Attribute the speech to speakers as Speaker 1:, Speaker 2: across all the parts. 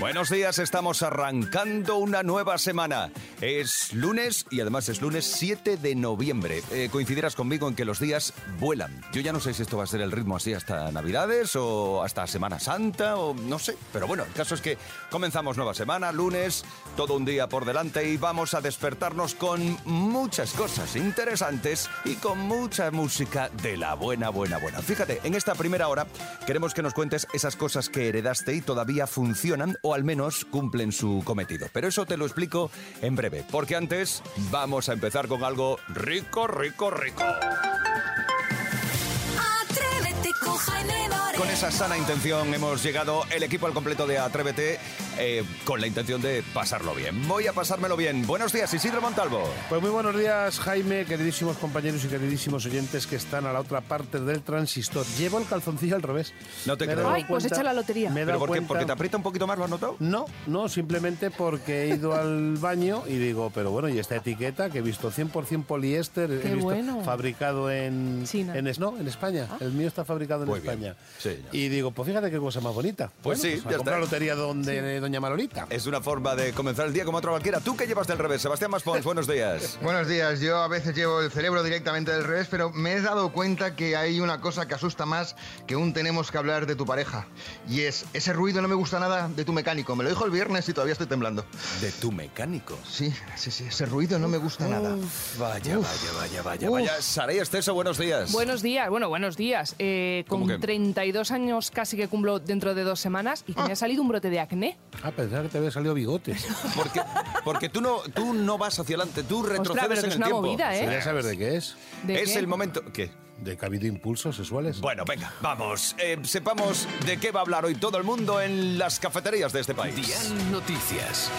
Speaker 1: Buenos días, estamos arrancando una nueva semana. Es lunes y además es lunes 7 de noviembre. Eh, coincidirás conmigo en que los días vuelan. Yo ya no sé si esto va a ser el ritmo así hasta Navidades o hasta Semana Santa o no sé. Pero bueno, el caso es que comenzamos nueva semana, lunes, todo un día por delante y vamos a despertarnos con muchas cosas interesantes y con mucha música de la buena, buena, buena. Fíjate, en esta primera hora queremos que nos cuentes esas cosas que heredaste y todavía funcionan o al menos cumplen su cometido. Pero eso te lo explico en breve, porque antes vamos a empezar con algo rico, rico, rico.
Speaker 2: Atrévete con Jaime Moreno.
Speaker 1: Con esa sana intención hemos llegado el equipo al completo de Atrévete eh, con la intención de pasarlo bien. Voy a pasármelo bien. Buenos días, Isidro Montalvo.
Speaker 3: Pues muy buenos días, Jaime, queridísimos compañeros y queridísimos oyentes que están a la otra parte del transistor. Llevo el calzoncillo al revés.
Speaker 1: No te
Speaker 3: Me he
Speaker 1: creo.
Speaker 3: dado
Speaker 4: Ay, pues
Speaker 3: cuenta-
Speaker 4: echa la lotería.
Speaker 3: Me he
Speaker 1: ¿Pero
Speaker 3: dado
Speaker 1: por qué?
Speaker 3: cuenta.
Speaker 1: ¿Porque te aprieta un poquito más? ¿Lo has notado?
Speaker 3: No, no, simplemente porque he ido al baño y digo, pero bueno, y esta etiqueta que he visto 100% poliéster, he
Speaker 4: Qué
Speaker 3: visto
Speaker 4: bueno.
Speaker 3: fabricado en
Speaker 4: China. Ah.
Speaker 3: en es- no, en España. El mío está fabricado en
Speaker 1: Muy bien.
Speaker 3: España.
Speaker 1: Sí, ya.
Speaker 3: y digo, pues fíjate qué cosa más bonita.
Speaker 1: Pues sí, ya
Speaker 3: a comprar
Speaker 1: está. Eh.
Speaker 3: lotería donde doña Manolita.
Speaker 1: Es una forma de comenzar el día como otra cualquiera. Tú que llevas del revés, Sebastián Maspons, buenos días.
Speaker 5: Buenos días, yo a veces llevo el cerebro directamente del revés, pero me he dado cuenta que hay una cosa que asusta más que un tenemos que hablar de tu pareja. Y es, ese ruido no me gusta nada de tu mecánico. Me lo dijo el viernes y todavía estoy temblando.
Speaker 1: De tu mecánico.
Speaker 5: Sí, sí, sí, ese ruido no me gusta nada.
Speaker 1: Vaya, vaya, vaya, vaya, vaya. Saray Esteso, buenos días.
Speaker 4: Buenos días, bueno, buenos días. Eh,
Speaker 1: ¿Cómo
Speaker 4: con
Speaker 1: que?
Speaker 4: 32 años casi que cumplo dentro de dos semanas y que me
Speaker 1: Ah.
Speaker 4: ha salido un brote de acné.
Speaker 3: Ah, pensaba que te había salido bigote.
Speaker 1: Porque, porque tú, no, tú no vas hacia adelante, tú
Speaker 4: Ostras,
Speaker 1: retrocedes
Speaker 4: pero que
Speaker 1: en
Speaker 4: es
Speaker 1: el
Speaker 4: una
Speaker 1: tiempo.
Speaker 4: movida, ¿eh?
Speaker 3: Quería saber Pues de qué es.
Speaker 4: ¿De
Speaker 1: Es
Speaker 4: qué?
Speaker 1: el momento... ¿Qué?
Speaker 3: De que ha habido impulsos sexuales.
Speaker 1: Bueno, venga, vamos. Eh, sepamos de qué va a hablar hoy todo el mundo en las cafeterías de este país.
Speaker 6: Dial Noticias.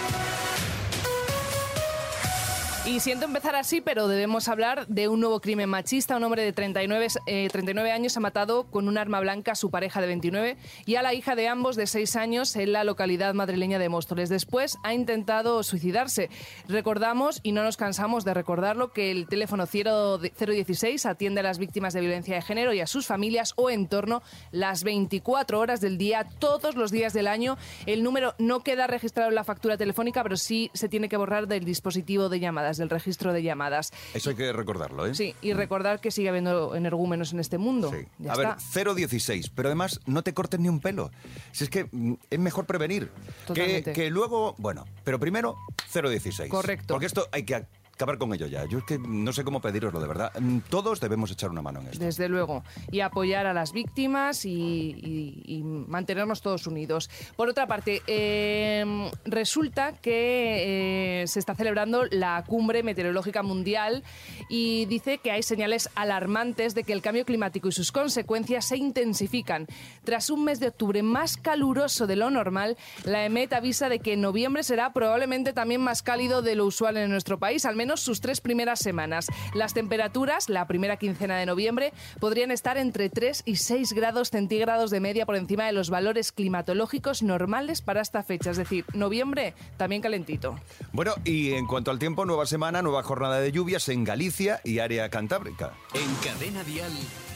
Speaker 4: Y siento empezar así, pero debemos hablar de un nuevo crimen machista. Un hombre de 39, eh, 39 años ha matado con un arma blanca a su pareja de 29 y a la hija de ambos de 6 años en la localidad madrileña de Móstoles. Después ha intentado suicidarse. Recordamos, y no nos cansamos de recordarlo, que el teléfono 0 de- 016 atiende a las víctimas de violencia de género y a sus familias o entorno las 24 horas del día, todos los días del año. El número no queda registrado en la factura telefónica, pero sí se tiene que borrar del dispositivo de llamadas, del registro de llamadas.
Speaker 1: Eso hay que recordarlo, ¿eh?
Speaker 4: Sí, y recordar que sigue habiendo energúmenos en este mundo.
Speaker 1: Sí.
Speaker 4: Ya
Speaker 1: a
Speaker 4: está.
Speaker 1: ver, 016, pero además no te cortes ni un pelo. Si es que mm, es mejor prevenir. Que,
Speaker 4: Totalmente.
Speaker 1: que luego, bueno, pero primero 016.
Speaker 4: Correcto.
Speaker 1: Porque esto hay que acabar con ello ya. Yo es que no sé cómo pediroslo, de verdad. Mm, Todos debemos echar una mano en esto.
Speaker 4: Desde luego. Y apoyar a las víctimas y, y- y mantenernos todos unidos. Por otra parte, eh, resulta que eh, se está celebrando la cumbre meteorológica mundial y dice que hay señales alarmantes de que el cambio climático y sus consecuencias se intensifican. Tras un mes de octubre más caluroso de lo normal, la E EMET avisa de que noviembre será probablemente también más cálido de lo usual en nuestro país, al menos sus tres primeras semanas. Las temperaturas, la primera quincena de noviembre, podrían estar entre 3 y 6 grados centígrados de media por encima de los valores climatológicos normales para esta fecha, es decir, noviembre también calentito.
Speaker 1: Bueno, y en cuanto al tiempo, nueva semana, nueva jornada de lluvias en Galicia y área cantábrica.
Speaker 6: En Cadena Dial,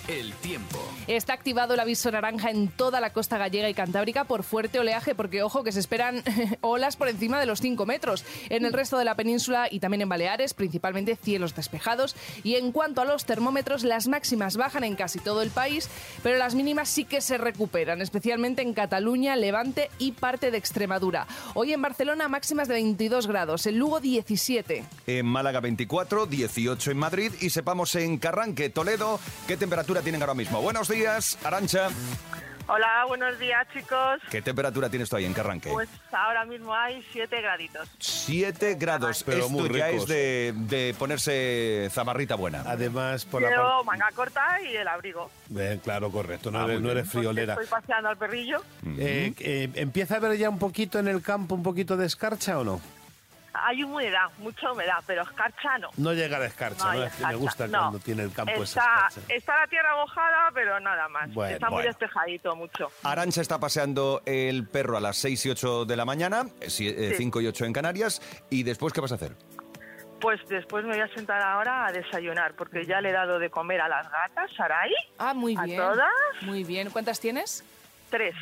Speaker 6: el tiempo.
Speaker 4: Está activado el aviso naranja en toda la costa gallega y cantábrica por fuerte oleaje, porque ojo que se esperan olas por encima de los 5 metros. En el resto de la península y también en Baleares, principalmente cielos despejados. Y en cuanto a los termómetros, las máximas bajan en casi todo el país, pero las mínimas sí que se recuperan, especialmente en Cataluña, Levante y parte de Extremadura. Hoy en Barcelona máximas de 22 grados, en Lugo 17.
Speaker 1: En Málaga 24, 18 en Madrid y sepamos en Carranque, Toledo, qué temperatura tienen ahora mismo. Buenos días, Arancha.
Speaker 7: Hola, buenos días chicos.
Speaker 1: ¿Qué temperatura tienes tú ahí en Carranque?
Speaker 7: Pues ahora mismo hay 7 graditos.
Speaker 1: 7 grados.
Speaker 3: Pero
Speaker 1: Esto
Speaker 3: muy
Speaker 1: ya
Speaker 3: ricos.
Speaker 1: es de, de ponerse zamarrita buena.
Speaker 3: Además, por la
Speaker 7: Llevo
Speaker 3: parte...
Speaker 7: manga corta y el abrigo.
Speaker 3: Bien, claro, correcto. No,
Speaker 1: Ah,
Speaker 3: eres,
Speaker 1: muy
Speaker 3: no eres
Speaker 7: porque
Speaker 3: friolera.
Speaker 7: Estoy paseando al perrillo.
Speaker 3: Eh, eh, ¿Empieza a haber ya un poquito en el campo, un poquito de escarcha o no?
Speaker 7: Hay humedad, mucha humedad, pero escarcha no.
Speaker 3: No llega la escarcha, ¿no?
Speaker 7: hay
Speaker 3: Es que Me
Speaker 7: escarcha,
Speaker 3: gusta
Speaker 7: no.
Speaker 3: cuando tiene el campo esa
Speaker 7: está,
Speaker 3: escarcha.
Speaker 7: está la tierra mojada, pero nada más.
Speaker 3: Bueno,
Speaker 7: está muy
Speaker 1: bueno.
Speaker 7: despejadito, mucho.
Speaker 1: Arancha está paseando el perro a las 6 y 8 de la mañana, eh,
Speaker 7: Sí.
Speaker 1: 5 y 8 en Canarias. ¿Y después qué vas a hacer?
Speaker 7: Pues después me voy a sentar ahora a desayunar, porque ya le he dado de comer a las gatas, Sarai.
Speaker 4: Ah, muy
Speaker 7: ¿A
Speaker 4: bien.
Speaker 7: todas?
Speaker 4: Muy bien. ¿Cuántas tienes?
Speaker 7: Tres.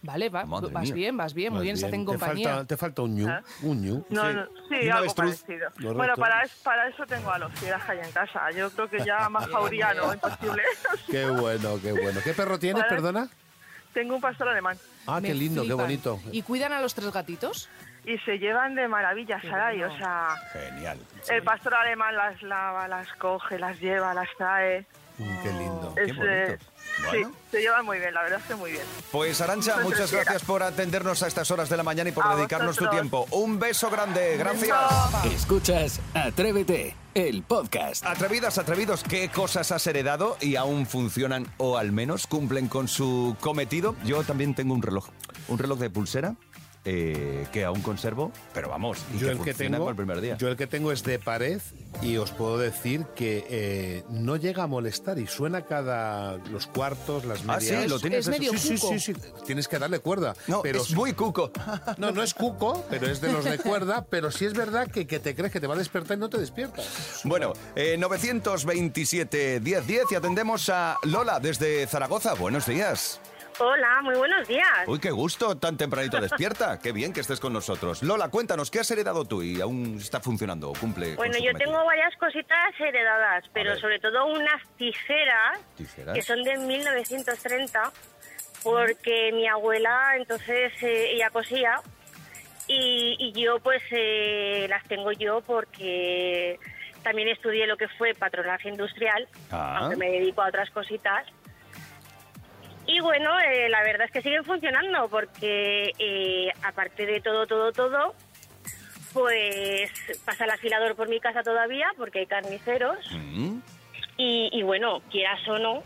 Speaker 4: Vale, va-
Speaker 1: Madre
Speaker 4: vas
Speaker 1: mía.
Speaker 4: bien, vas bien, muy bien, se hacen
Speaker 3: Te
Speaker 4: compañía.
Speaker 3: falta, te falta un ñu.
Speaker 7: ¿Ah?
Speaker 3: Un ñu.
Speaker 7: No,
Speaker 8: Sí.
Speaker 7: no,
Speaker 8: Y
Speaker 7: sí,
Speaker 8: una
Speaker 7: algo
Speaker 8: avestruz.
Speaker 7: parecido.
Speaker 3: Correcto.
Speaker 7: Bueno, para, es- para eso tengo a los fieras que hay en casa. Yo creo que ya más jauriano, imposible.
Speaker 3: Qué bueno, qué bueno. ¿Qué perro tienes,
Speaker 7: Para-
Speaker 3: perdona?
Speaker 7: tengo un pastor alemán.
Speaker 3: Ah,
Speaker 4: Me
Speaker 3: qué lindo, qué
Speaker 4: flipan.
Speaker 3: bonito.
Speaker 4: ¿Y cuidan a los tres gatitos?
Speaker 7: Y se llevan de maravilla, Sarai. O sea,
Speaker 1: Genial.
Speaker 7: el pastor alemán las lava, las coge, las lleva, las trae.
Speaker 3: Mm, Qué lindo.
Speaker 1: Qué
Speaker 7: Es,
Speaker 1: bonito.
Speaker 7: eh,
Speaker 1: Bueno.
Speaker 7: Sí, se llevan muy bien, la verdad es que muy bien.
Speaker 1: Pues Arancha,
Speaker 7: Muchas
Speaker 1: muchas
Speaker 7: gracias.
Speaker 1: gracias por atendernos a estas horas de la mañana y por
Speaker 7: A
Speaker 1: dedicarnos tu
Speaker 7: vosotros.
Speaker 1: tiempo. Un beso grande, gracias.
Speaker 6: Escuchas Atrévete, el podcast.
Speaker 1: Atrevidas, atrevidos, ¿qué cosas has heredado y aún funcionan o al menos cumplen con su cometido? Yo también tengo un reloj, un reloj de pulsera eh, que aún conservo, pero vamos, y
Speaker 3: Yo
Speaker 1: que
Speaker 3: el, que
Speaker 1: funciona
Speaker 3: tengo,
Speaker 1: por el primer día.
Speaker 3: yo el que tengo es de pared y os puedo decir que eh, no llega a molestar y suena cada los cuartos, las
Speaker 1: Ah,
Speaker 3: medias.
Speaker 1: sí, lo tienes.
Speaker 4: Es medio
Speaker 1: eso?
Speaker 3: Sí,
Speaker 1: Sí,
Speaker 3: sí,
Speaker 4: cuco.
Speaker 3: sí, sí. Tienes que darle cuerda.
Speaker 1: No,
Speaker 3: pero
Speaker 1: es muy cuco.
Speaker 3: no, no es cuco, pero es de los de cuerda. Pero sí es verdad que, que te crees que te va a despertar y no te despiertas.
Speaker 1: Bueno, eh, 927-1010 y atendemos a Lola desde Zaragoza. Buenos días.
Speaker 9: Hola, muy buenos días.
Speaker 1: Uy, qué gusto, tan tempranito despierta. Qué bien que estés con nosotros. Lola, cuéntanos, ¿qué has heredado tú y aún está funcionando o cumple? con
Speaker 9: Bueno,
Speaker 1: su
Speaker 9: yo
Speaker 1: cometido?
Speaker 9: tengo varias cositas heredadas, pero
Speaker 1: ver.
Speaker 9: sobre todo unas tijeras,
Speaker 1: Tijeras.
Speaker 9: que son de 1930, porque mi abuela entonces eh, ella cosía y, y yo pues eh, las tengo yo porque también estudié lo que fue patronaje industrial,
Speaker 1: Ah.
Speaker 9: aunque me dedico a otras cositas. Y bueno, eh, la verdad es que siguen funcionando porque eh, aparte de todo, todo, todo, pues pasa el afilador por mi casa todavía porque hay carniceros
Speaker 1: Mm,
Speaker 9: y, y bueno, quieras o no,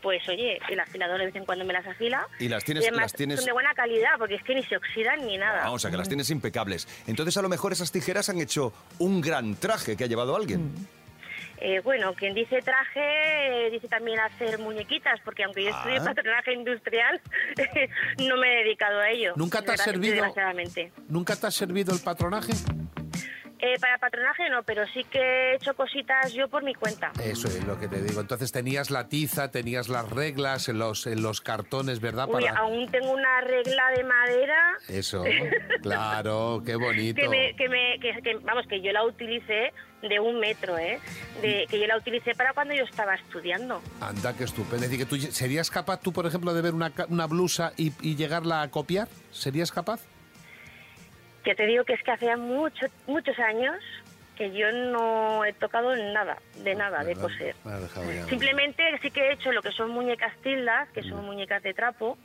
Speaker 9: pues oye, el afilador de vez en cuando me las afila.
Speaker 1: Y las tienes-
Speaker 9: además
Speaker 1: las tienes-
Speaker 9: son de buena calidad porque es que ni se oxidan ni nada.
Speaker 1: Vamos, o sea
Speaker 4: Mm.
Speaker 1: que las tienes impecables. Entonces, a lo mejor esas tijeras han hecho un gran traje que ha llevado alguien.
Speaker 4: Mm.
Speaker 9: Eh, bueno, quien dice traje, eh, dice también hacer muñequitas, porque aunque yo estudié
Speaker 1: Ah.
Speaker 9: patronaje industrial, no me he dedicado a ello.
Speaker 3: ¿Nunca te ha
Speaker 9: desgraci-
Speaker 3: servido?
Speaker 9: Desgraciadamente.
Speaker 3: ¿Nunca te ha servido el patronaje?
Speaker 9: Eh, para patronaje no, pero sí que he hecho cositas yo por mi cuenta.
Speaker 3: Eso es lo que te digo. Entonces tenías la tiza, tenías las reglas en los, en los cartones, ¿verdad?
Speaker 9: Uy, aún tengo una regla de madera
Speaker 3: Eso, claro, qué bonito.
Speaker 9: que me, que me que- que- vamos que yo la utilicé de un metro, ¿eh? De, que yo la utilicé para cuando yo estaba estudiando.
Speaker 3: Anda, qué estupendo. Es decir, que tú serías capaz tú, por ejemplo, de ver una, ca- una blusa y, y llegarla a copiar. ¿Serías capaz?
Speaker 9: Que te digo que es que hacía mucho, muchos años que yo no he tocado nada, de nada, de coser.
Speaker 3: Me ha dejado ya.
Speaker 9: Simplemente sí que he hecho lo que son muñecas tildas, que
Speaker 1: Mm.
Speaker 9: son muñecas de trapo.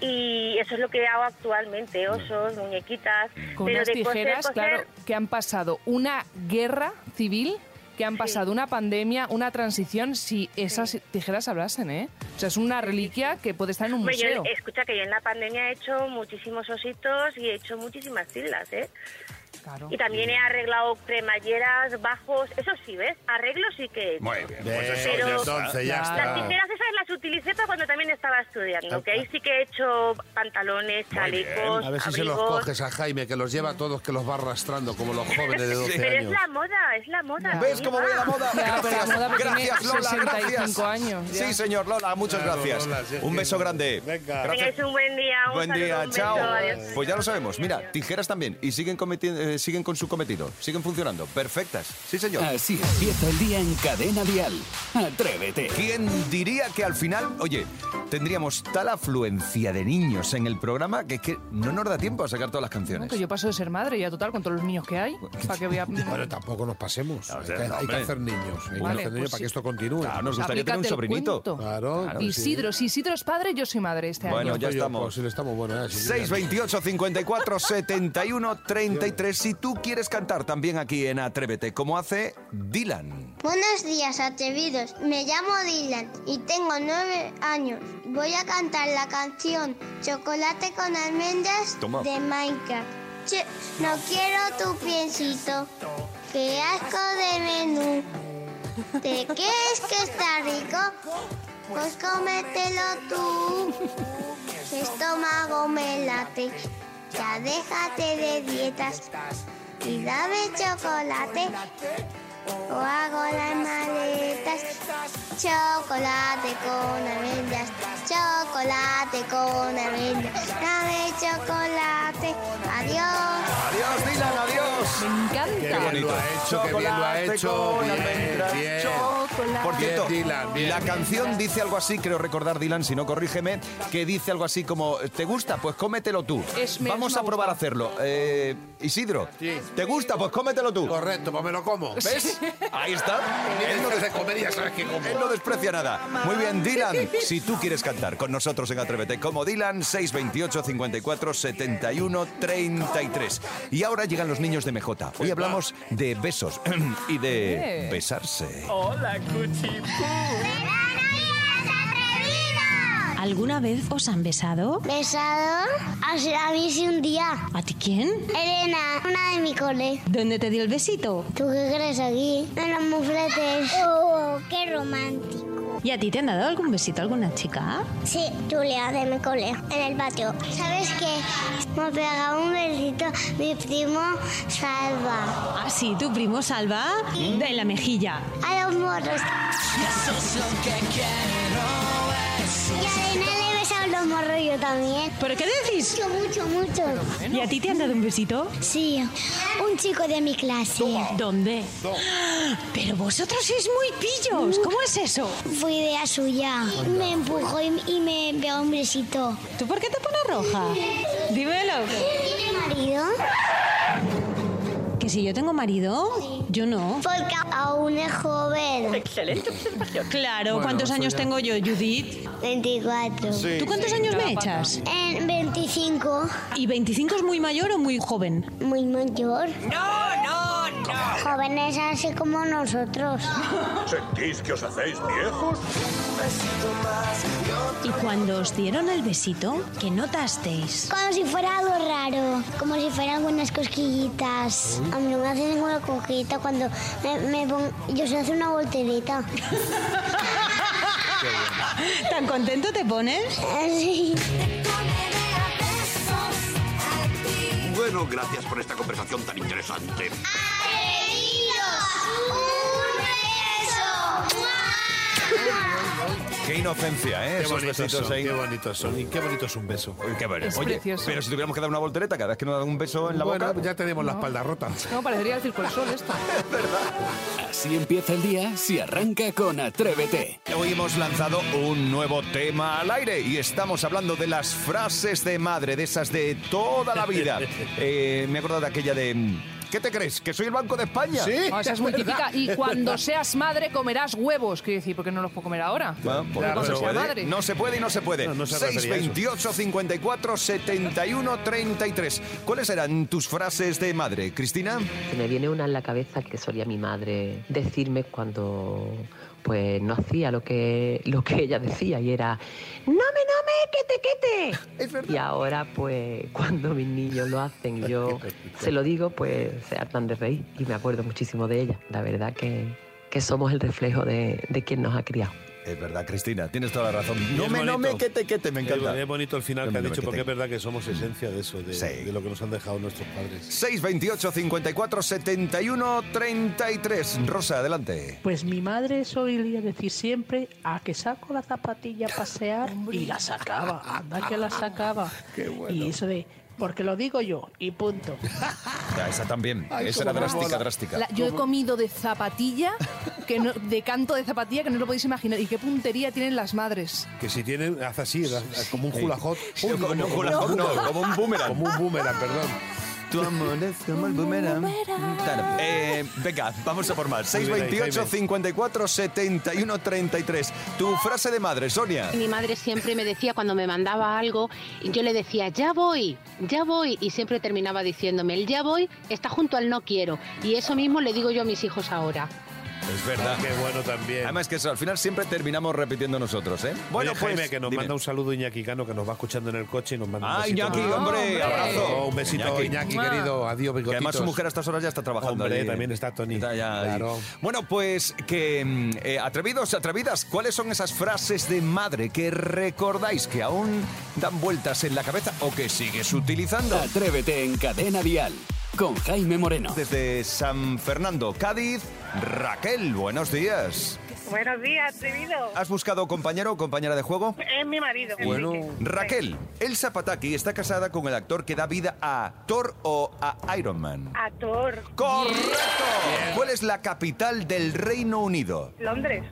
Speaker 9: Y eso es lo que hago actualmente,
Speaker 1: Mm.
Speaker 9: osos, muñequitas.
Speaker 4: Con
Speaker 9: pero
Speaker 4: unas
Speaker 9: de coser,
Speaker 4: tijeras,
Speaker 9: coser,
Speaker 4: claro, que han pasado una guerra civil, que han pasado una pandemia, una transición, si esas tijeras hablasen, ¿eh? O sea, es una reliquia que puede estar en un
Speaker 9: Hombre, yo-
Speaker 4: museo.
Speaker 9: escucha que yo en la pandemia he hecho muchísimos ositos y he hecho muchísimas tildas, ¿eh?
Speaker 4: Claro.
Speaker 9: Y también
Speaker 1: Mm.
Speaker 9: he arreglado cremalleras, bajos, eso sí, ¿ves? Arreglos sí que he hecho.
Speaker 1: Muy bien.
Speaker 3: Bien,
Speaker 9: Pero-
Speaker 3: entonces ya
Speaker 4: Las
Speaker 9: Las
Speaker 3: está.
Speaker 9: tijeras esas las utilicé para cuando también estaba
Speaker 1: Ah,
Speaker 9: estudiando, que ahí sí que he hecho pantalones, chalecos,
Speaker 3: A ver si se los
Speaker 9: abrigos.
Speaker 3: coges a Jaime, que los lleva a todos, que los va arrastrando como los jóvenes de 12
Speaker 9: Pero es
Speaker 3: años.
Speaker 9: la moda, es la moda.
Speaker 1: ¿Ves
Speaker 9: amiga.
Speaker 1: cómo ve la moda?
Speaker 4: Claro, pero la
Speaker 1: gracias,
Speaker 4: moda porque
Speaker 1: gracias,
Speaker 4: tiene
Speaker 1: Lola,
Speaker 4: 65
Speaker 1: gracias.
Speaker 4: años, ya.
Speaker 1: Sí, señor Lola, muchas
Speaker 3: Claro,
Speaker 1: gracias.
Speaker 3: Lola, sí,
Speaker 1: un
Speaker 3: sí,
Speaker 1: beso
Speaker 3: sí.
Speaker 1: grande.
Speaker 3: Venga.
Speaker 1: Gracias.
Speaker 9: Tengáis un buen día. un
Speaker 1: Buen
Speaker 9: saludo,
Speaker 1: día,
Speaker 9: un beso,
Speaker 1: chao.
Speaker 9: adiós.
Speaker 1: Pues ya lo sabemos, mira, tijeras también y siguen, cometi- eh, siguen con su cometido, siguen funcionando, perfectas. Sí, señor.
Speaker 6: Así empieza el día en cadena dial. Atrévete.
Speaker 1: ¿Quién diría que al final, oye, tendríamos tal afluencia de niños en el programa que es que no nos da tiempo a sacar todas las
Speaker 4: No,
Speaker 1: canciones?
Speaker 4: que yo paso de ser madre ya total con todos los niños que hay, para que voy a...
Speaker 3: Bueno, tampoco nos pasemos.
Speaker 1: No,
Speaker 3: hay,
Speaker 1: o
Speaker 3: que,
Speaker 1: sea,
Speaker 3: hay que
Speaker 1: hombre.
Speaker 3: hacer niños. Hay que
Speaker 4: Vale,
Speaker 3: hacer niños
Speaker 4: pues
Speaker 3: para
Speaker 4: sí.
Speaker 3: que esto continúe.
Speaker 1: Claro, nos gustaría tener un
Speaker 4: Aplícate el
Speaker 1: sobrinito.
Speaker 4: cuento.
Speaker 3: Claro, claro,
Speaker 4: Isidro, si Isidro es padre, yo soy madre este
Speaker 1: Bueno,
Speaker 4: año.
Speaker 1: ya
Speaker 3: Oye,
Speaker 1: estamos.
Speaker 3: pues sí, le estamos bueno, eh, sí,
Speaker 1: 628 54 71 33. Si tú quieres cantar también aquí en Atrévete, como hace Dylan.
Speaker 10: Buenos días, atrevidos. Me llamo Dylan y tengo nueve años. Voy a cantar la canción Chocolate con almendras
Speaker 1: Toma.
Speaker 10: de Minecraft. Che- no quiero tu piencito. Qué asco de menú. ¿De qué es que está rico? Pues cómetelo tú. Mi estómago me late. Ya déjate de dietas. y dame chocolate. O hago las maletas, chocolate con almendras, chocolate con almendras, dame chocolate, adiós.
Speaker 1: Adiós, Dylan, adiós.
Speaker 4: Me
Speaker 3: Qué
Speaker 4: encanta.
Speaker 3: bien lo ha hecho, qué bien lo ha
Speaker 1: Chocolate
Speaker 3: hecho.
Speaker 1: con
Speaker 3: Bien,
Speaker 1: almendras,
Speaker 3: bien.
Speaker 4: Chocolate.
Speaker 1: Por
Speaker 3: Bien,
Speaker 1: cierto,
Speaker 3: Dylan, bien.
Speaker 1: la canción dice algo así, creo recordar, Dylan, si no corrígeme, que dice algo así como, ¿te gusta? Pues cómetelo tú.
Speaker 4: Es- me-
Speaker 1: Vamos
Speaker 4: me
Speaker 1: a probar a
Speaker 4: gusta.
Speaker 1: hacerlo. Eh, Isidro,
Speaker 3: Sí.
Speaker 1: ¿te gusta? Pues cómetelo tú.
Speaker 3: Correcto, pues me lo como.
Speaker 1: ¿Ves? Ahí está.
Speaker 3: Él no se comedia, sabes que como.
Speaker 1: Él no desprecia nada. Muy bien, Dylan. Si tú quieres cantar con nosotros en Atrévete como Dylan, 628 54 71 33. Y ahora llegan los niños de MJ. Hoy hablamos de besos y de
Speaker 4: Eh.
Speaker 1: besarse.
Speaker 3: Oh.
Speaker 10: ¡Verano y las atrevidas!
Speaker 8: ¿Alguna vez os han besado?
Speaker 10: Besado a, a mí sí un día.
Speaker 8: ¿A ti quién?
Speaker 10: Elena, una de mi cole.
Speaker 8: ¿Dónde te dio el besito?
Speaker 10: ¿Tú qué crees aquí? En los mufletes. Oh, qué romántico.
Speaker 8: ¿Y a ti te han dado algún besito alguna chica?
Speaker 10: Sí, Julia, de mi cole, en el patio. ¿Sabes qué? Me pegaba un besito mi primo Salva.
Speaker 8: Ah, sí, tu primo Salva de la mejilla.
Speaker 10: A los morros. Y a Elena le he besado los morros yo también.
Speaker 8: ¿Pero qué decís?
Speaker 10: Mucho, mucho, mucho.
Speaker 8: ¿Y a ti te han dado un besito?
Speaker 10: Sí, un chico de mi clase.
Speaker 8: ¿Dónde? Pero vosotros sois muy pillos. ¿Cómo es eso?
Speaker 10: Fue idea suya. Me empujó y, y me pegó un besito.
Speaker 8: ¿Tú por qué te pones roja? Dímelo.
Speaker 10: ¿Tiene marido?
Speaker 8: ¿Que si yo tengo marido? Yo no.
Speaker 10: Porque aún es joven.
Speaker 8: Claro, ¿cuántos años tengo yo, Judith?
Speaker 10: 24.
Speaker 8: ¿Tú cuántos años me echas?
Speaker 10: En 25,
Speaker 8: ¿Y 25 es muy mayor o muy joven?
Speaker 10: muy mayor. No, no, no. Jóvenes así como nosotros.
Speaker 8: ¿Y cuando os dieron el besito, qué notasteis?
Speaker 10: Como si fuera algo raro, como si fueran algunas cosquillitas. A mí no me hace ninguna cosquillita cuando me, me pongo... Yo se hace una voltereta.
Speaker 8: ¿Tan contento te pones?
Speaker 10: Así.
Speaker 11: Bueno, gracias por esta conversación tan interesante.
Speaker 1: Qué inocencia, ¿eh?
Speaker 3: Qué
Speaker 1: Esos
Speaker 3: bonitos
Speaker 1: besitos
Speaker 3: son,
Speaker 1: ahí.
Speaker 3: qué bonitos son. Y qué bonito es un beso.
Speaker 1: Uy, qué bueno.
Speaker 4: Es
Speaker 1: Oye,
Speaker 4: precioso.
Speaker 1: pero si tuviéramos que dar una voltereta cada vez que nos dan un beso en la
Speaker 3: Bueno,
Speaker 1: boca.
Speaker 3: ya tenemos la espalda rota.
Speaker 1: Ah,
Speaker 4: No, parecería el Circo del Sol esto.
Speaker 6: Así empieza el día si arranca con Atrévete.
Speaker 1: Hoy hemos lanzado un nuevo tema al aire y estamos hablando de las frases de madre, de esas de toda la vida. Eh, me he acordado de aquella de. mm, ¿Qué te crees? ¿Que soy el Banco de España?
Speaker 3: Sí.
Speaker 4: Ah, esa es muy típica. Y cuando seas madre comerás huevos. Quiero decir, ¿por qué no los puedo comer ahora?
Speaker 1: Bueno, pues
Speaker 3: Claro,
Speaker 1: no, se
Speaker 3: pero-
Speaker 1: puede, no se puede y no se puede.
Speaker 3: No, no se refería a eso.
Speaker 1: 628 54 71 33. ¿Cuáles eran tus frases de madre, Cristina?
Speaker 7: Me viene una en la cabeza que solía mi madre decirme cuando pues no hacía lo que, lo que ella decía y era ¡No me, no me, quete, quete!
Speaker 3: Es verdad.
Speaker 7: Y ahora pues cuando mis niños lo hacen y yo se lo digo pues se hartan de reír y me acuerdo muchísimo de ella. La verdad que, que somos el reflejo de, de quien nos ha criado.
Speaker 1: Es verdad, Cristina, tienes toda la razón.
Speaker 3: Y
Speaker 1: No
Speaker 3: es
Speaker 1: me, no me,
Speaker 3: bonito.
Speaker 1: que te, que te, me encanta.
Speaker 3: Es bonito el final
Speaker 1: No
Speaker 3: que ha
Speaker 1: me
Speaker 3: dicho,
Speaker 1: meto.
Speaker 3: porque es verdad que somos esencia de eso, de,
Speaker 1: Sí.
Speaker 3: de lo que nos han dejado nuestros padres.
Speaker 1: 628 54 71 33. Rosa, adelante.
Speaker 7: Pues mi madre solía decir siempre a que saco la zapatilla a pasear y la sacaba, anda que la sacaba. Y eso de, porque lo digo yo y punto.
Speaker 1: Ah, esa también. esa era
Speaker 3: cómo me
Speaker 1: drástica,
Speaker 3: mola.
Speaker 1: drástica.
Speaker 4: La- yo he comido de zapatilla, que no- de canto de zapatilla, que no lo podéis imaginar. Y qué puntería tienen las madres.
Speaker 3: Que si tienen, haz así, haz- como un hula hot. Uy,
Speaker 1: Como-
Speaker 3: no,
Speaker 1: como la- no, como un boomerang.
Speaker 3: Como un boomerang, perdón.
Speaker 1: Tu amor es como el boomerang. Claro. Eh, venga, vamos a formar.
Speaker 3: bien ahí,
Speaker 1: 628 54 71 33. Tu frase de madre, Sonia.
Speaker 9: Mi madre siempre me decía cuando me mandaba algo, yo le decía, ya voy, ya voy, y siempre terminaba diciéndome, el ya voy está junto al no quiero. Y eso mismo le digo yo a mis hijos ahora.
Speaker 1: Es verdad.
Speaker 3: Qué bueno también.
Speaker 1: Además que eso, al final siempre terminamos repitiendo nosotros, ¿eh?
Speaker 3: Oye, Jaime, que nos
Speaker 1: dime.
Speaker 3: manda un saludo Iñaki Cano, que nos va escuchando en el coche y nos manda un
Speaker 1: Ah,
Speaker 3: besito.
Speaker 1: Iñaki,
Speaker 4: Ah,
Speaker 1: hombre,
Speaker 4: hombre.
Speaker 1: abrazo.
Speaker 3: Oh, un besito, Iñaki,
Speaker 4: Mua.
Speaker 3: querido. Adiós, bigotitos.
Speaker 1: Que además su mujer a estas horas ya está trabajando.
Speaker 3: Hombre,
Speaker 1: allí.
Speaker 3: también está Tony.
Speaker 1: ya ahí.
Speaker 3: Claro.
Speaker 1: Bueno, pues que mm, eh, atrevidos, atrevidas, ¿cuáles son esas frases de madre que recordáis que aún dan vueltas en la cabeza o que sigues utilizando?
Speaker 6: Atrévete en Cadena Dial
Speaker 1: con Jaime Moreno. Desde San Fernando, Cádiz, Raquel, buenos días.
Speaker 9: Buenos días, atrevido.
Speaker 1: ¿Has buscado compañero o compañera de juego?
Speaker 9: Es mi marido. Enrique.
Speaker 1: Raquel, Elsa Pataki está casada con el actor que da vida a Thor o a Iron Man.
Speaker 9: Actor.
Speaker 1: ¡Correcto! ¿Cuál es la capital del Reino Unido?
Speaker 9: Londres.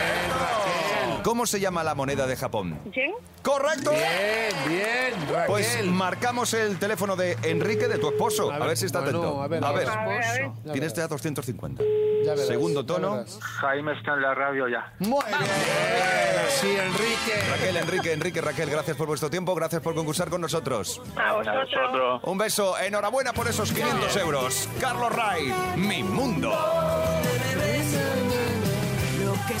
Speaker 1: ¡Correcto! ¿Cómo se llama la moneda de Japón?
Speaker 9: ¿Yen?
Speaker 1: ¡Correcto!
Speaker 3: Bien, bien, Raquel.
Speaker 1: Pues marcamos el teléfono de Enrique, de tu esposo. A ver, si está
Speaker 3: bueno,
Speaker 1: atento.
Speaker 3: a ver, a ver. A ver, a ver. Ya
Speaker 1: Tienes
Speaker 3: verás.
Speaker 1: ya 250.
Speaker 3: Ya verás,
Speaker 1: Segundo
Speaker 3: ya
Speaker 1: tono.
Speaker 3: verás.
Speaker 12: Jaime está en la radio ya.
Speaker 3: Muy bien. Sí, Enrique.
Speaker 1: Raquel, Enrique, Enrique, Raquel, gracias por vuestro tiempo, gracias por concursar con nosotros.
Speaker 9: A vosotros.
Speaker 1: Un beso, enhorabuena por esos 500 euros. Carlos Ray, mi mundo.
Speaker 2: Lo que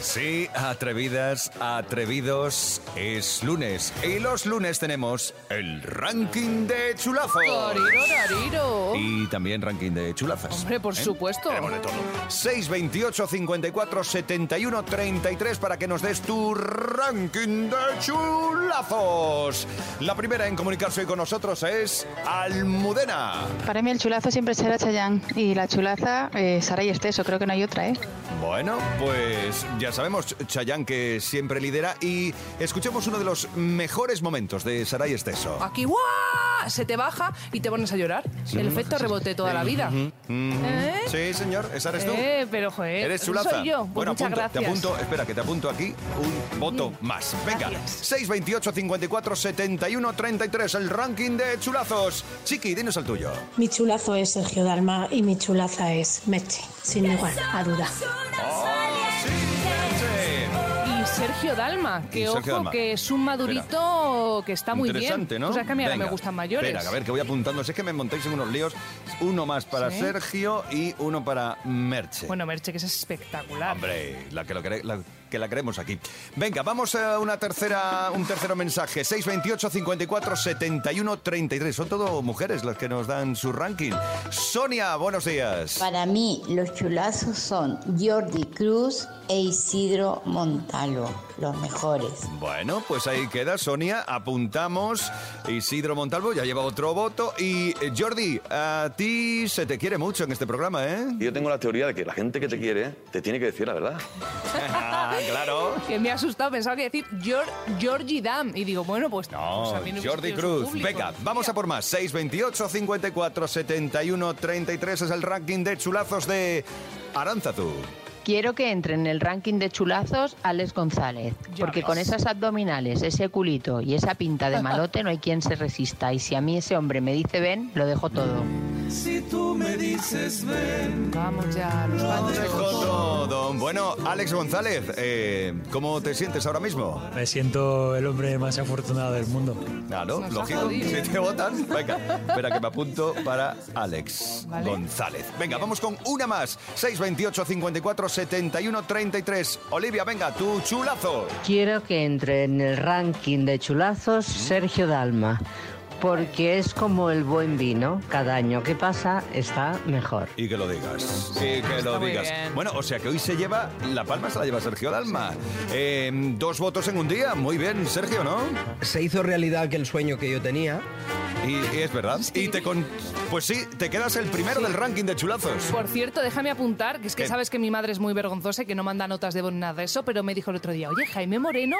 Speaker 1: Sí, atrevidas, atrevidos, es lunes. Y los lunes tenemos el ranking de chulafos.
Speaker 4: Toriro, toriro.
Speaker 1: Y también ranking de chulafas.
Speaker 4: Hombre, por
Speaker 1: ¿Eh?
Speaker 4: supuesto.
Speaker 1: Tenemos de todo. 628 54 71 33 para que nos des tu ranking de chulazos. La primera en comunicarse hoy con nosotros es Almudena.
Speaker 13: Para mí el chulazo siempre será Chayán y la chulaza eh, Sara y Esteso, creo que no hay otra, ¿eh?
Speaker 1: Bueno, pues ya sabemos, Chayán que siempre lidera y escuchemos uno de los mejores momentos de Saray Esteso.
Speaker 4: Aquí, ¡guau! Se te baja y te pones a llorar.
Speaker 1: Sí.
Speaker 4: El efecto rebote toda la vida.
Speaker 1: Ujú, ujú.
Speaker 4: ¿Eh?
Speaker 1: Sí, señor, esa eres tú.
Speaker 4: Eh, pero, joder,
Speaker 1: Eres chulaza.
Speaker 4: soy yo. Pues
Speaker 1: bueno,
Speaker 4: muchas
Speaker 1: apunto, te
Speaker 4: gracias.
Speaker 1: apunto, espera, que te apunto aquí un voto más. Venga, 628 54 71 33, el ranking de chulazos. Chiqui, dinos el tuyo.
Speaker 14: Mi chulazo es Sergio Dalma y mi chulaza es Meche, sin igual, a duda.
Speaker 4: Y Sergio Dalma, que
Speaker 1: Y Sergio
Speaker 4: ojo,
Speaker 1: Dalma.
Speaker 4: que es un madurito que está muy
Speaker 1: Interesante,
Speaker 4: bien.
Speaker 1: ¿no?
Speaker 4: O sea, que a mí ahora me
Speaker 1: Venga,
Speaker 4: gustan mayores.
Speaker 1: Espera, a ver, que voy apuntando. Si es que me montáis en unos líos. Uno más para
Speaker 4: Sí.
Speaker 1: Sergio y uno para Merche.
Speaker 4: Bueno, Merche, que es espectacular.
Speaker 1: Hombre, la que, lo quere- la que la queremos aquí. Venga, vamos a una tercera, un tercero mensaje. 628 54 71 33. Son todo mujeres las que nos dan su ranking. Sonia, buenos días.
Speaker 15: Para mí, los chulazos son Jordi Cruz e Isidro Montalvo, los mejores.
Speaker 1: Bueno, pues ahí queda Sonia, apuntamos. Isidro Montalvo ya lleva otro voto. Y eh, Jordi, a ti se te quiere mucho en este programa, ¿eh?
Speaker 11: Yo tengo la teoría de que la gente que te quiere te tiene que decir la verdad.
Speaker 1: claro.
Speaker 4: Que me ha asustado, pensaba que decir George, Georgie Dam. Y digo, bueno, pues. pues a mí no hubiese
Speaker 1: Jordi
Speaker 4: sido su
Speaker 1: Cruz,
Speaker 4: público.
Speaker 1: venga, vamos a por más. 628 54 71 33 es el ranking de chulazos de Aránzazu.
Speaker 7: Quiero que entre en el ranking de chulazos Alex González,
Speaker 1: Ya
Speaker 7: porque con
Speaker 1: ves.
Speaker 7: esas abdominales, ese culito y esa pinta de malote no hay quien se resista. Y si a mí ese hombre me dice ven, lo dejo todo.
Speaker 4: Si tú me dices ven. Vamos ya, los baños.
Speaker 1: Todo. Bueno, Alex González, eh, ¿cómo te sientes ahora mismo?
Speaker 16: Me siento el hombre más afortunado del mundo.
Speaker 1: Claro,
Speaker 16: Nos ha
Speaker 1: lógico.
Speaker 16: jodido.
Speaker 1: Si te votan, venga. Espera que me apunto para Alex
Speaker 16: Vale.
Speaker 1: González. Venga, vamos con una más. 628 54 71 33. Olivia, venga, tu chulazo.
Speaker 17: Quiero que entre en el ranking de chulazos Sergio Dalma, porque es como el buen vino, cada año que pasa está mejor.
Speaker 1: Y que lo digas. Y que lo
Speaker 17: muy
Speaker 1: digas.
Speaker 17: bien.
Speaker 1: Bueno, o sea que hoy se lleva, la palma se la lleva Sergio Dalma. Eh, dos votos en un día, muy bien, Sergio, ¿no?
Speaker 18: Se hizo realidad aquel sueño que yo tenía.
Speaker 1: Y, y es verdad. Y te con... Pues sí, te quedas el primero del ranking de chulazos.
Speaker 4: Por cierto, déjame apuntar, que es que
Speaker 1: ¿Qué?
Speaker 4: sabes que mi madre es muy vergonzosa y que no manda notas de voz ni nada de eso, pero me dijo el otro día, oye, Jaime Moreno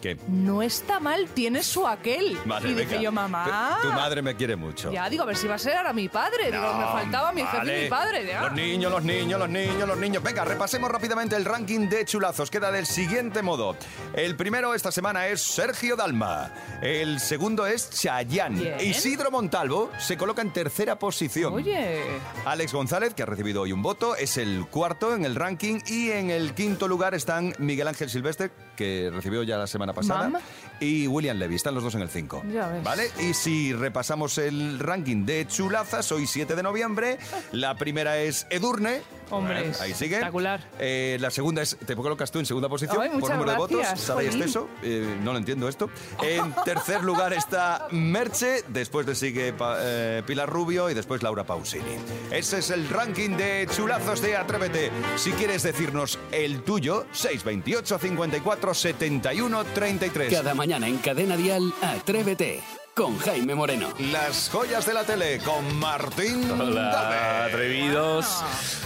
Speaker 1: ¿Qué?
Speaker 4: no está mal, tiene su aquel.
Speaker 1: Madre,
Speaker 4: y dije
Speaker 1: venga.
Speaker 4: yo, mamá.
Speaker 1: Tu madre me quiere mucho.
Speaker 4: Ya, digo, a ver si va a ser ahora mi padre. digo, me faltaba mi jefe y
Speaker 1: Vale.
Speaker 4: mi padre. ah. ya.
Speaker 1: Los niños, los niños, los niños, los niños. Venga, repasemos rápidamente el ranking de chulazos. Queda del siguiente modo. El primero esta semana es Sergio Dalma. El segundo es Chayán.
Speaker 4: Bien.
Speaker 1: Isidro Montalvo se coloca en tercera posición.
Speaker 4: Oye.
Speaker 1: Alex González, que ha recibido hoy un voto, es el cuarto en el ranking. Y en el quinto lugar están Miguel Ángel Silvestre, que recibió ya la semana pasada,
Speaker 4: Mam.
Speaker 1: y William Levy. Están los dos en el cinco.
Speaker 4: Ya ves.
Speaker 1: ¿Vale? Y si repasamos el ranking de chulazas, hoy 7 de noviembre, la primera es Edurne.
Speaker 4: Hombre,
Speaker 1: Eh, ahí sigue.
Speaker 4: espectacular.
Speaker 1: Eh, la segunda es, te colocas tú en segunda posición
Speaker 4: Ay,
Speaker 1: por
Speaker 4: muchas
Speaker 1: número de votos.
Speaker 4: gracias,
Speaker 1: Sara y
Speaker 4: jolín.
Speaker 1: Esteso, eh, no lo entiendo esto. En tercer lugar está Merche, después le sigue Pa- eh, Pilar Rubio y después Laura Pausini. Ese es el ranking de chulazos de Atrévete. Si quieres decirnos el tuyo, 628 54 71 33.
Speaker 6: Cada mañana en Cadena Dial, Atrévete con Jaime Moreno.
Speaker 1: Las joyas de la tele con Martín.
Speaker 19: Hola, atrevidos.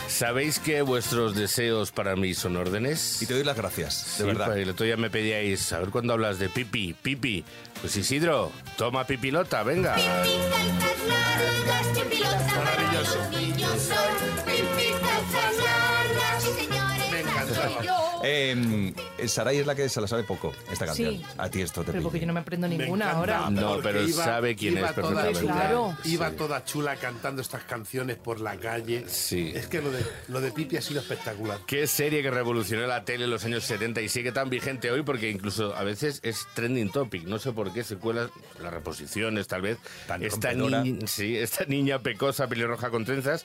Speaker 19: ¿Sabéis que vuestros deseos para mí son órdenes?
Speaker 1: Y te doy las gracias,
Speaker 19: Sí,
Speaker 1: de verdad.
Speaker 19: pa- El otro día me pedíais, a ver cuándo hablas de pipi, pipi. Pues Isidro, toma pipilota, venga.
Speaker 1: Eh, Saray es la que se la sabe poco, esta
Speaker 4: Sí.
Speaker 1: canción. A ti esto te
Speaker 4: Pero
Speaker 1: pilla.
Speaker 4: porque yo no me aprendo ninguna
Speaker 3: encanta,
Speaker 4: ahora.
Speaker 19: No,
Speaker 3: porque
Speaker 19: pero sabe quién es
Speaker 3: toda
Speaker 19: perfectamente.
Speaker 3: chula,
Speaker 19: Claro.
Speaker 3: Iba toda chula cantando estas canciones por la calle.
Speaker 19: Sí.
Speaker 3: Es que lo de, lo de Pipi ha sido espectacular.
Speaker 19: Qué serie que revolucionó la tele en los años 70 y sigue tan vigente hoy porque incluso a veces es trending topic. No sé por qué se cuelan las reposiciones, tal vez. esta,
Speaker 1: rompedora.
Speaker 19: niña, sí, esta niña pecosa, pelirroja con trenzas,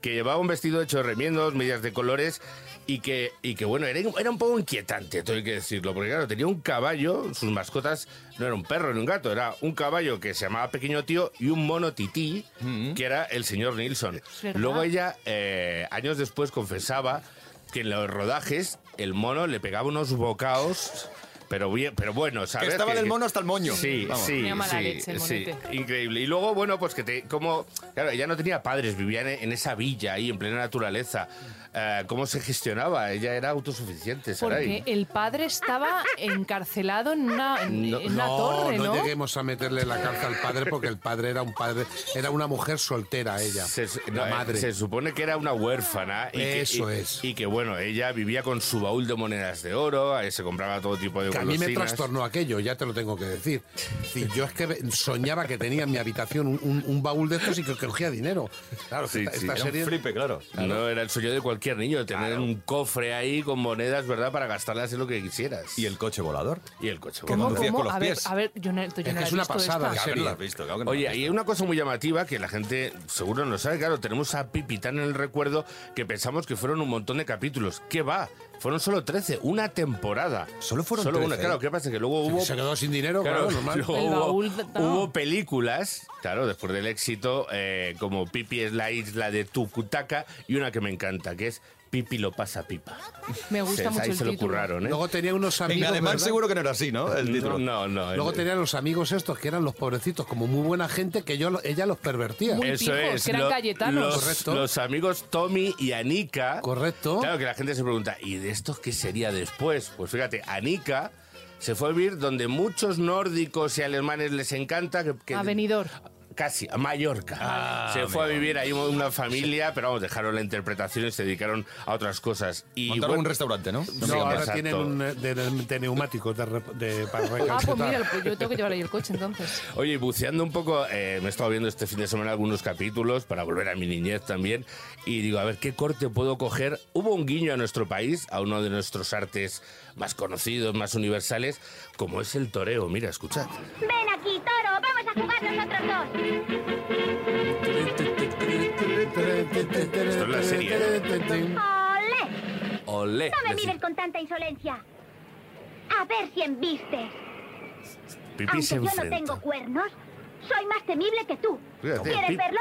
Speaker 19: que llevaba un vestido hecho de remiendos, medias de colores y que, y que bueno, era, era un poco inquietante, todo hay que decirlo. Porque claro, tenía un caballo, sus mascotas no era un perro ni un gato, era un caballo que se llamaba Pequeño Tío y un mono tití,
Speaker 3: Mm.
Speaker 19: que era el señor Nilsson.
Speaker 1: verdad.
Speaker 19: Luego ella, eh, años después, confesaba que en los rodajes el mono le pegaba unos bocaos, pero bien, pero bueno, ¿sabes?
Speaker 1: Que estaba del mono hasta el moño.
Speaker 19: Sí,
Speaker 1: Vamos.
Speaker 19: sí,
Speaker 1: Tenía mala
Speaker 19: sí,
Speaker 1: leche el
Speaker 19: sí.
Speaker 1: monete.
Speaker 19: Increíble. Y luego, bueno, pues que te, como, claro, ella no tenía padres, vivía en, en esa villa ahí, en plena naturaleza. Eh, ¿Cómo se gestionaba? Ella era autosuficiente, Saray.
Speaker 4: Porque el padre estaba encarcelado en una, en- en una torre, ¿no?
Speaker 3: lleguemos a meterle la calza al padre porque el padre era un padre, era una mujer soltera ella,
Speaker 19: Se, no,
Speaker 3: la
Speaker 19: eh,
Speaker 3: madre.
Speaker 19: se supone que era una huérfana. Y que-
Speaker 3: Eso
Speaker 19: y- Y que, bueno, ella vivía con su baúl de monedas de oro, eh, se compraba todo tipo de
Speaker 3: Que a mí me
Speaker 19: golosinas.
Speaker 3: trastornó aquello, ya te lo tengo que decir. Es decir, yo es que ve- soñaba que tenía en mi habitación un, un- un baúl de estos y que que cogía dinero. Claro,
Speaker 19: Sí,
Speaker 3: esta,
Speaker 19: sí.
Speaker 3: esta
Speaker 19: Era un
Speaker 3: serie...
Speaker 1: flipe, claro.
Speaker 19: No, era el sueño de cualquier niño, tener un cofre ahí con monedas, ¿verdad? Para gastarlas en lo que quisieras. ¿Y el
Speaker 1: coche volador?
Speaker 19: Y el coche
Speaker 4: ¿Cómo,
Speaker 19: volador.
Speaker 4: cómo? A ver, a ver, yo no, yo no la he visto esta.
Speaker 1: Claro que no la has visto, claro que no la has
Speaker 19: Oye, y una cosa muy llamativa que la gente seguro no lo sabe, claro, tenemos a Pipitán en el recuerdo que pensamos que fueron un montón de capítulos. ¿Qué va? Fueron solo 13, una temporada.
Speaker 1: Solo fueron
Speaker 19: Solo una,
Speaker 1: 13,
Speaker 19: claro,
Speaker 1: ¿eh?
Speaker 19: ¿qué pasa? Que luego
Speaker 1: Sí,
Speaker 19: hubo...
Speaker 1: se quedó sin dinero, claro, normal.
Speaker 19: luego
Speaker 1: El
Speaker 19: hubo,
Speaker 1: baúl, no.
Speaker 19: hubo películas, claro, después del éxito, eh, como Pipi es la isla de Tucutaca y una que me encanta, que es Pipi lo pasa pipa.
Speaker 4: Me gusta
Speaker 19: Se-
Speaker 4: mucho
Speaker 19: ahí
Speaker 4: el
Speaker 19: se lo
Speaker 4: título.
Speaker 19: curraron, ¿eh?
Speaker 3: Luego tenía unos amigos... ¿verdad?
Speaker 1: que no era así, ¿no? El título.
Speaker 19: No, no.
Speaker 3: Luego
Speaker 19: el-
Speaker 3: tenía los amigos estos que eran los pobrecitos, como muy buena gente, que yo, lo- ella los pervertía.
Speaker 19: Eso es. lo- Los,
Speaker 3: Correcto.
Speaker 19: los amigos Tommy y Anika. Correcto. Claro que la gente se pregunta, ¿y de estos qué sería después? Pues fíjate, Anika se fue a vivir donde muchos nórdicos y alemanes les encanta. Que, que-
Speaker 4: Avenidor.
Speaker 19: Casi, a Mallorca.
Speaker 4: Ah,
Speaker 19: se fue a vivir ahí una familia, pero vamos, dejaron la interpretación y se dedicaron a otras cosas. Y
Speaker 1: Montaron
Speaker 19: bueno-
Speaker 1: un restaurante, ¿no?
Speaker 19: Sí,
Speaker 3: No, ahora
Speaker 19: exacto.
Speaker 3: tienen un, eh, de, de neumáticos de, rep- de- para
Speaker 4: Ah, pues mira,
Speaker 3: recalcitar.
Speaker 4: pues yo tengo que llevar ahí el coche entonces.
Speaker 19: Oye, y buceando un poco, eh, me he estado viendo este fin de semana algunos capítulos para volver a mi niñez también. Y digo, a ver, ¿qué corte puedo coger? Hubo un guiño a nuestro país, a uno de nuestros artes más conocidos, más universales, como es el
Speaker 3: Oh,
Speaker 19: toreo. Mira, escuchad.
Speaker 20: Ven aquí, toro, vamos a jugar nosotros
Speaker 19: Esto es la serie.
Speaker 3: ¿eh?
Speaker 20: dos. ¡Olé!
Speaker 19: Olé.
Speaker 20: No me
Speaker 19: Decí-
Speaker 20: mires con tanta insolencia. A ver si embistes.
Speaker 19: Pipí
Speaker 20: Aunque
Speaker 19: se
Speaker 20: yo no
Speaker 19: enfrenta.
Speaker 20: tengo cuernos, soy más temible que tú.
Speaker 19: Fíjate,
Speaker 20: ¿Quieres
Speaker 19: Pip-
Speaker 20: verlo?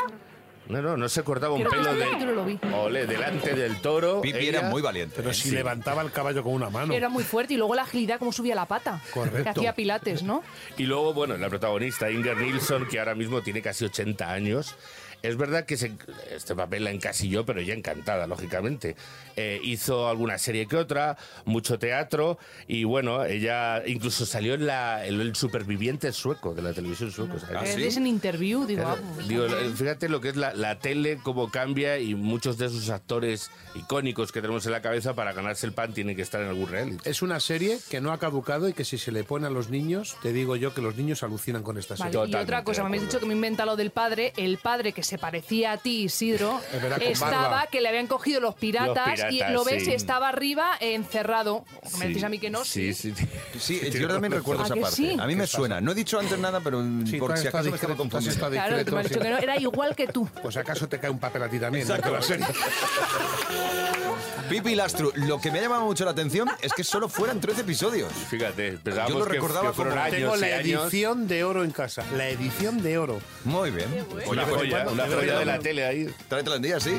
Speaker 19: No, no, no se cortaba un
Speaker 20: Creo que
Speaker 19: pelo
Speaker 20: este
Speaker 19: de...
Speaker 20: capítulo lo vi.
Speaker 19: Olé, delante del toro.
Speaker 1: Pipi era muy valiente. ¿eh?
Speaker 19: Pero
Speaker 3: Si levantaba el caballo con una mano.
Speaker 4: Era muy fuerte y luego la agilidad, como subía la pata.
Speaker 19: Correcto.
Speaker 4: Que hacía pilates, ¿no?
Speaker 19: Y luego, bueno, la protagonista, Inger Nilsson, que ahora mismo tiene casi 80 años. Es verdad que se- este papel la encasilló, pero ya encantada, lógicamente. Eh, hizo alguna serie que otra, mucho teatro, y bueno, ella incluso salió en la, en el superviviente sueco, de la televisión sueca. ¿sabes?
Speaker 4: Es Eh, en interview, digo,
Speaker 19: Claro,
Speaker 4: ah, pues,
Speaker 19: digo, ¿Ah, eh, fíjate lo que es la, la tele, cómo cambia y muchos de esos actores icónicos que tenemos en la cabeza para ganarse el pan tienen que estar en algún reality.
Speaker 3: Es una serie que no ha caducado y que si se le pone a los niños, te digo yo que los niños alucinan con esta
Speaker 4: Vale,
Speaker 3: serie.
Speaker 4: y otra cosa, me habéis dicho que me inventa lo del padre. El padre que se parecía a ti, Isidro,
Speaker 3: Es verdad, con
Speaker 4: estaba,
Speaker 3: barba.
Speaker 4: que le habían cogido los piratas,
Speaker 19: Los piratas,
Speaker 4: y lo ves,
Speaker 19: sí.
Speaker 4: estaba arriba eh, encerrado. Me decís a mí que no.
Speaker 19: Sí, sí.
Speaker 1: Sí, yo también recuerdo
Speaker 4: ¿A
Speaker 1: esa
Speaker 4: que
Speaker 1: parte.
Speaker 4: sí?
Speaker 1: A mí me suena. No he dicho antes nada, pero mm,
Speaker 3: Sí, tú
Speaker 1: por
Speaker 3: has
Speaker 1: si
Speaker 3: estado
Speaker 1: acaso me estaba
Speaker 3: discreto, tú has
Speaker 1: confundiendo.
Speaker 3: estado
Speaker 4: Claro, tú me has dicho que no, era igual que tú.
Speaker 3: Pues acaso te cae un papel a ti también. ¿no?
Speaker 1: Exacto.
Speaker 3: De la serie.
Speaker 1: Pipi Lastru, lo que me ha llamado mucho la atención es que solo fueran 13 episodios.
Speaker 19: Fíjate,
Speaker 1: Yo lo
Speaker 19: pensábamos que-
Speaker 1: recordaba
Speaker 19: que fueron
Speaker 1: como
Speaker 19: años
Speaker 3: Tengo
Speaker 19: y
Speaker 3: la
Speaker 19: años.
Speaker 3: edición de oro en casa. La edición de oro.
Speaker 1: Muy bien.
Speaker 19: Una
Speaker 1: pues,
Speaker 19: joya,
Speaker 1: bueno,
Speaker 19: Una joya de la tele ahí.
Speaker 1: Tráetela en día, sí.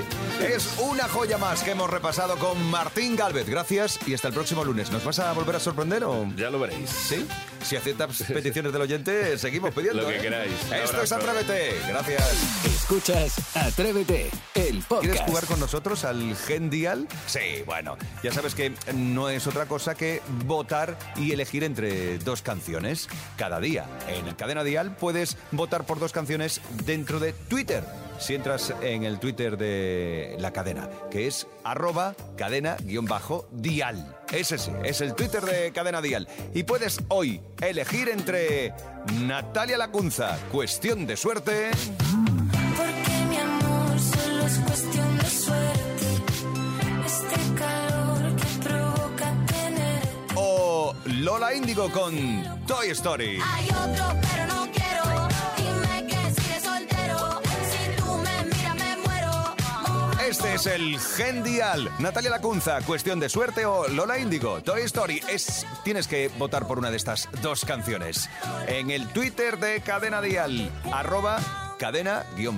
Speaker 1: Es una joya más que hemos repasado con Martín Galvez. Gracias y hasta el próximo lunes. ¿Nos vas a volver a sorprender o...?
Speaker 19: Ya lo veréis.
Speaker 1: ¿Sí? Si aceptas peticiones del oyente, seguimos pidiendo.
Speaker 19: Lo que
Speaker 1: ¿eh?
Speaker 19: queráis. Un
Speaker 1: Esto es
Speaker 19: abrazo.
Speaker 1: Atrévete. Gracias.
Speaker 6: Escuchas Atrévete, el
Speaker 1: ¿Quieres
Speaker 6: podcast.
Speaker 1: jugar con nosotros al Gen Dial? Sí, bueno, ya sabes que no es otra cosa que votar y elegir entre dos canciones cada día. En el Cadena Dial puedes votar por dos canciones dentro de Twitter. Si entras en el Twitter de la cadena, que es arroba cadena-dial. Ese sí, es el Twitter de Cadena Dial. Y puedes hoy elegir entre Natalia Lacunza, cuestión de suerte.
Speaker 2: Porque mi amor solo es cuestión de suerte. Este calor que provoca tener.
Speaker 1: o Lola Índigo con Toy Story.
Speaker 2: Hay otro, pero no quiero. Dime que sigues soltero. Si tú me miras, me muero.
Speaker 1: Este es el Gen Dial. Natalia Lacunza, Cuestión de Suerte o Lola Índigo, Toy Story. Es, tienes que votar por una de estas dos canciones. En el Twitter de Cadena Dial, arroba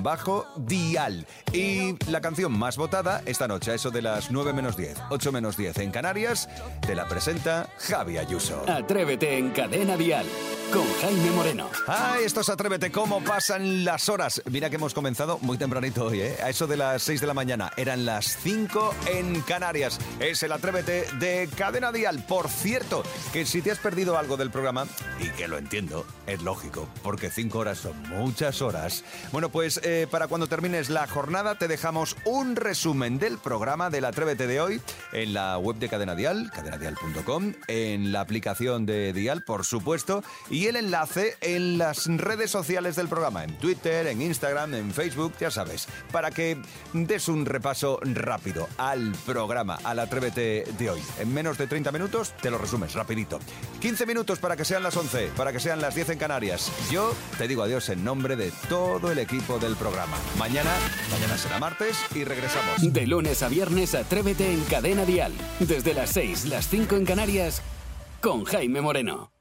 Speaker 1: cadena-dial. Y la canción más votada esta noche, a eso de las 9 menos 10, 8 menos 10 en Canarias, te la presenta Javi Ayuso.
Speaker 6: Atrévete en Cadena Dial con Jaime Moreno.
Speaker 1: Ah, esto es Atrévete, cómo pasan las horas. Mira que hemos comenzado muy tempranito hoy, ¿eh? A eso de las 6 de la mañana. Eran las 5 en Canarias. Es el Atrévete de Cadena Dial. Por cierto, que si te has perdido algo del programa, y que lo entiendo, es lógico, porque 5 horas son muchas horas. Bueno, pues eh, para cuando termines la jornada te dejamos un resumen del programa del Atrévete de hoy en la web de Cadena Dial, cadenadial.com, en la aplicación de Dial, por supuesto, y el enlace en las redes sociales del programa, en Twitter, en Instagram, en Facebook, ya sabes, para que des un repaso rápido al programa, al Atrévete de hoy. En menos de 30 minutos te lo resumes rapidito. 15 minutos para que sean las 11, para que sean las 10 en Canarias. Yo te digo adiós en nombre de todo el equipo del programa. Mañana, mañana será martes y regresamos.
Speaker 6: De lunes a viernes, Atrévete en Cadena Dial. Desde las 6, las 5 en Canarias, con Jaime Moreno.